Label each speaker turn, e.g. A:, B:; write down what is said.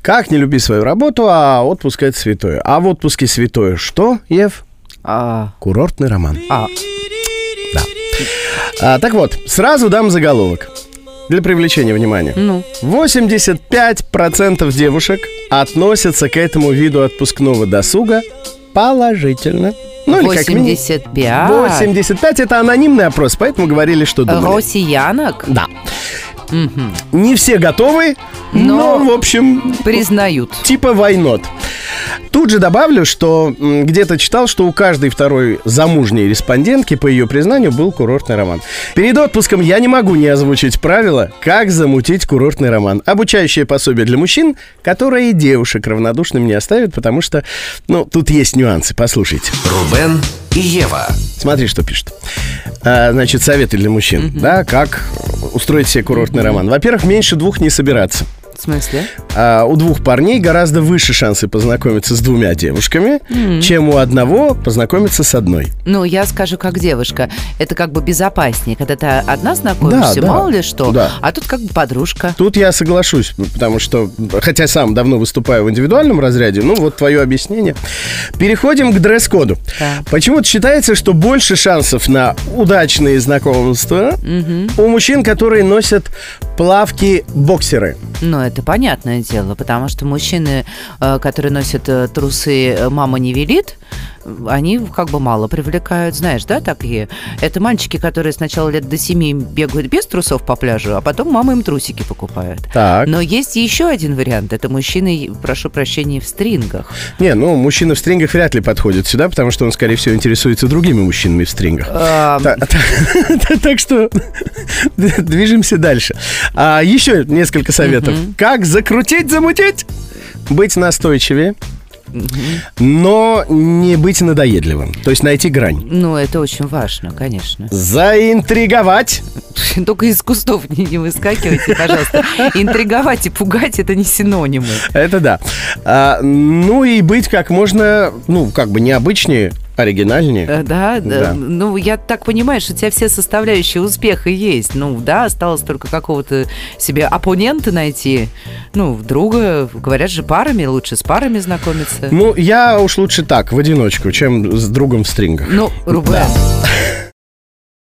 A: Как не люби свою работу, а отпуск это святое. А в отпуске святое что, Ев?
B: А,
A: Курортный роман.
B: а,
A: А, так вот, сразу дам заголовок. Для привлечения внимания.
B: ну,
A: 85% девушек относятся к этому виду отпускного досуга положительно. Ну, или как минимум...
B: 85.
A: 85 это анонимный опрос, поэтому говорили, что думали.
B: Россиянок
A: Да.
B: Мгм.
A: Не все готовы, но,
B: Но-
A: в общем,
B: признают.
A: типа войнот. Тут же добавлю, что м, где-то читал, что у каждой второй замужней респондентки, по ее признанию, был курортный роман. Перед отпуском я не могу не озвучить правила, как замутить курортный роман. Обучающее пособие для мужчин, которое и девушек равнодушным не оставит, потому что, ну, тут есть нюансы, послушайте.
C: Рубен и Ева.
A: Смотри, что пишет. А, значит, советы для мужчин, да, как устроить себе курортный роман. Во-первых, меньше двух не собираться.
B: В смысле?
A: А у двух парней гораздо выше шансы познакомиться с двумя девушками, чем у одного познакомиться с одной.
B: Ну, я скажу как девушка. Это как бы безопаснее. Когда ты одна знакомишься,
A: Да, да.
B: мало ли что.
A: Да.
B: А тут как бы подружка.
A: Тут я соглашусь, ну, потому что, хотя сам давно выступаю в индивидуальном разряде, ну вот твое объяснение. Переходим к дресс-коду.
B: Так.
A: Почему-то считается, что больше шансов на удачные знакомства у мужчин, которые носят плавки-боксеры.
B: Ну, это понятное дело, потому что мужчины, э, которые носят э, трусы э, «мама не велит», э, они как бы мало привлекают, знаешь, да, такие? Это мальчики, которые сначала лет до семи бегают без трусов по пляжу, а потом мама им трусики покупает.
A: Так.
B: Но есть еще один вариант. Это мужчины, прошу прощения, в стрингах.
A: Не, ну, мужчина в стрингах вряд ли подходит сюда, потому что он, скорее всего, интересуется другими мужчинами в стрингах.
B: Эм,
A: Та- та- Так что движемся дальше. А еще несколько советов. Как закрутить, замутить? Быть настойчивее, но не быть надоедливым. То есть найти грань.
B: Ну, это очень важно, конечно.
A: Заинтриговать.
B: Только из кустов не, не выскакивайте, пожалуйста. Интриговать и пугать – это не синонимы.
A: Это да. А, ну и быть как можно, ну, как бы необычнее, оригинальнее.
B: Э, Да,
A: Да.
B: да. Ну, я так понимаю, что у тебя все составляющие успеха есть. Ну, да, осталось только какого-то себе оппонента найти. Ну, друга. Говорят же, парами лучше с парами знакомиться.
A: Ну, я уж лучше так, в одиночку, чем с другом в стрингах.
B: Ну, Рубен.